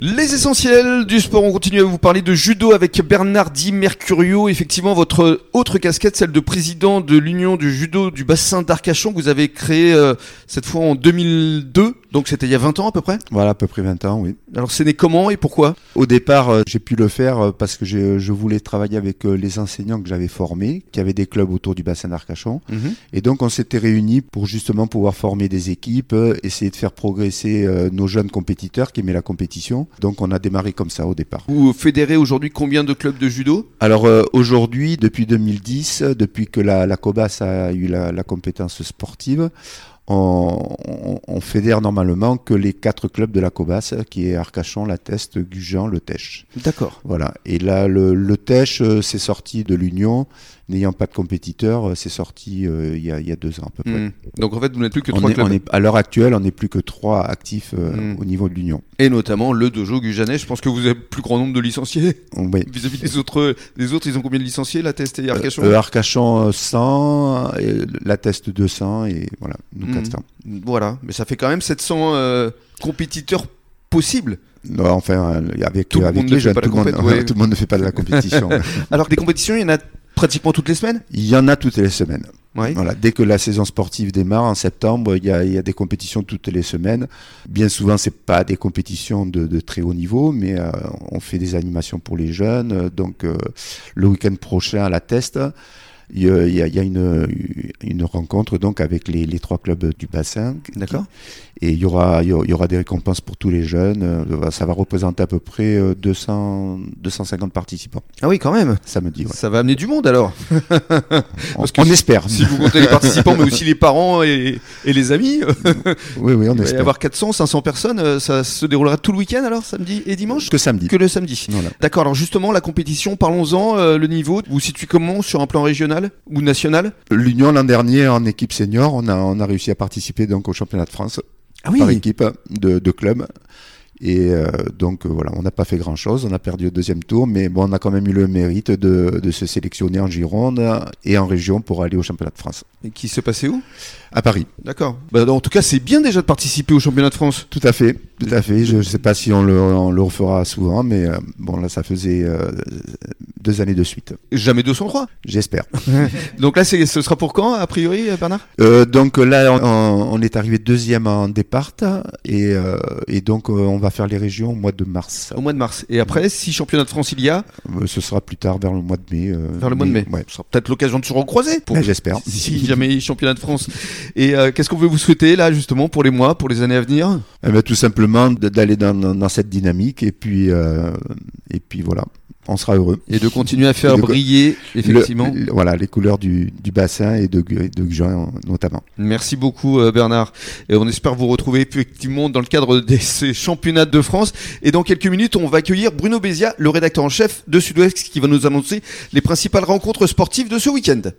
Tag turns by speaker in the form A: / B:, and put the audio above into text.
A: Les essentiels du sport, on continue à vous parler de judo avec Bernard Di Mercurio. Effectivement, votre autre casquette, celle de président de l'Union du judo du bassin d'Arcachon, que vous avez créé euh, cette fois en 2002, donc c'était il y a 20 ans à peu près.
B: Voilà, à peu près 20 ans, oui.
A: Alors c'est né comment et pourquoi
B: Au départ, euh, j'ai pu le faire euh, parce que j'ai- je voulais travailler avec euh, les enseignants que j'avais formés, qui avaient des clubs autour du bassin d'Arcachon. Et donc, on s'était réunis pour justement pouvoir former des équipes, euh, essayer de faire progresser euh, nos jeunes compétiteurs qui aimaient la compétition. Donc, on a démarré comme ça au départ.
A: Vous fédérez aujourd'hui combien de clubs de judo
B: Alors euh, aujourd'hui, depuis 2010, euh, depuis que la, la COBAS a eu la, la compétence sportive, on, on- on fédère normalement que les quatre clubs de la COBAS, euh, qui est Arcachon, La Teste, Gujan, Le Tèche.
A: D'accord.
B: Voilà. Et là, le, le Tèche euh, s'est sorti de l'Union, n'ayant pas de compétiteur, euh, s'est sorti euh, il y, a, il y a deux ans à peu près.
A: Donc en fait, vous n'êtes Hmm. plus que
B: On
A: trois
B: est, on
A: clubs.
B: est- à l'heure actuelle, on n'est plus que trois actifs euh,
A: Mm.
B: au niveau de l'Union.
A: Et notamment le dojo Gujanais. Je pense que vous avez le plus grand nombre de licenciés
B: On- oui.
A: vis-à-vis des autres. Les autres, ils ont combien de licenciés, la TST et Arcachon
B: Euh, Arcachon euh, 100, et la Teste 200, et voilà, nous
A: Mm.
B: quatre.
A: Voilà, mais ça fait quand même 700 euh, compétiteurs possibles.
B: Non, enfin, euh, avec,
A: Tout le
B: avec
A: monde ne
B: les
A: fait
B: jeunes,
A: pas la
B: tout le, monde,
A: compète, ouais.
B: tout le monde ne fait pas de la compétition.
A: Alors que des compétitions, il y en a pratiquement toutes les semaines.
B: il y en a toutes les semaines.
A: Ouais.
B: Voilà, dès que la saison sportive démarre en septembre, il y a, il y a des compétitions toutes les semaines. Bien souvent, c'est pas des compétitions de, de très haut niveau, mais euh, on fait des animations pour les jeunes. Euh, Donc, euh, le week-end prochain à la Teste, il y a, il y a- il y a une, une rencontre donc avec les, les trois clubs du bassin.
A: D'accord.
B: Et il y aura, il y aura- il y aura des récompenses pour tous les jeunes. Euh, Ça va représenter à peu près euh, 200, 250 participants
A: Ah oui, quand même.
B: samedi. ouais.
A: Ça va amener du monde alors.
B: On,
A: Parce que
B: on
A: si-
B: espère.
A: si vous comptez les participants, mais aussi les parents et, et les amis, euh,
B: Oui, oui, on
A: il va y
B: espère.
A: avoir 400, 500 personnes. euh, Ça se déroulera tout le week-end alors, samedi et dimanche
B: Que samedi.
A: Que le samedi.
B: Voilà.
A: D'accord, alors justement, la compétition, parlons-en, euh, le niveau, vous vous situez comment sur un plan régional ou national
B: L'Union, l'an dernier, en équipe senior, on a, on a réussi à participer donc au championnat de France
A: Ah
B: par équipe de, de club. Et euh, donc euh, voilà, on n'a pas fait grand-chose, on a perdu au deuxième tour, mais bon, on a quand même eu le mérite de, de se sélectionner en Gironde et en région pour aller au championnat de France.
A: Et qui se passait où
B: À Paris,
A: D'accord. Bah, en tout cas, c'est bien déjà de participer au championnat de France.
B: tout à fait, tout à fait. Je ne sais pas si on le, on le refera souvent, mais euh, bon, là, ça faisait euh, deux années de suite,
A: Jamais 203.
B: j'espère.
A: Donc là, c'est- ce sera pour quand, a priori, euh, Bernard
B: Euh, donc là, on, on est arrivé deuxième en départ et, euh, et donc euh, on va faire les régions au mois de mars.
A: Au mois de mars. Et après, si championnat de France il y a,
B: Euh, ce sera plus tard vers le mois de mai. euh,
A: Vers le mois de mai.
B: Ouais.
A: ce sera peut-être l'occasion de se recroiser. Pour...
B: Mais J'espère.
A: Si jamais championnat de France. Et euh, qu'est-ce qu'on veut vous souhaiter là, justement, pour les mois, pour les années à venir
B: Eh ben, tout simplement de- d'aller dans, dans- dans cette dynamique et puis euh, et puis voilà, on sera heureux.
A: Et de continuer à faire
B: Et de quoi-
A: briller, effectivement.
B: Le- le- voilà les couleurs du, du bassin et de Gu- et de Gujan notamment.
A: Merci beaucoup, euh, Bernard. Et on espère vous retrouver effectivement dans le cadre de ces championnats de France. Et dans quelques minutes, on va accueillir Bruno Bézia, le rédacteur en chef de Sud-Ouest, qui va nous annoncer les principales rencontres sportives de ce week-end.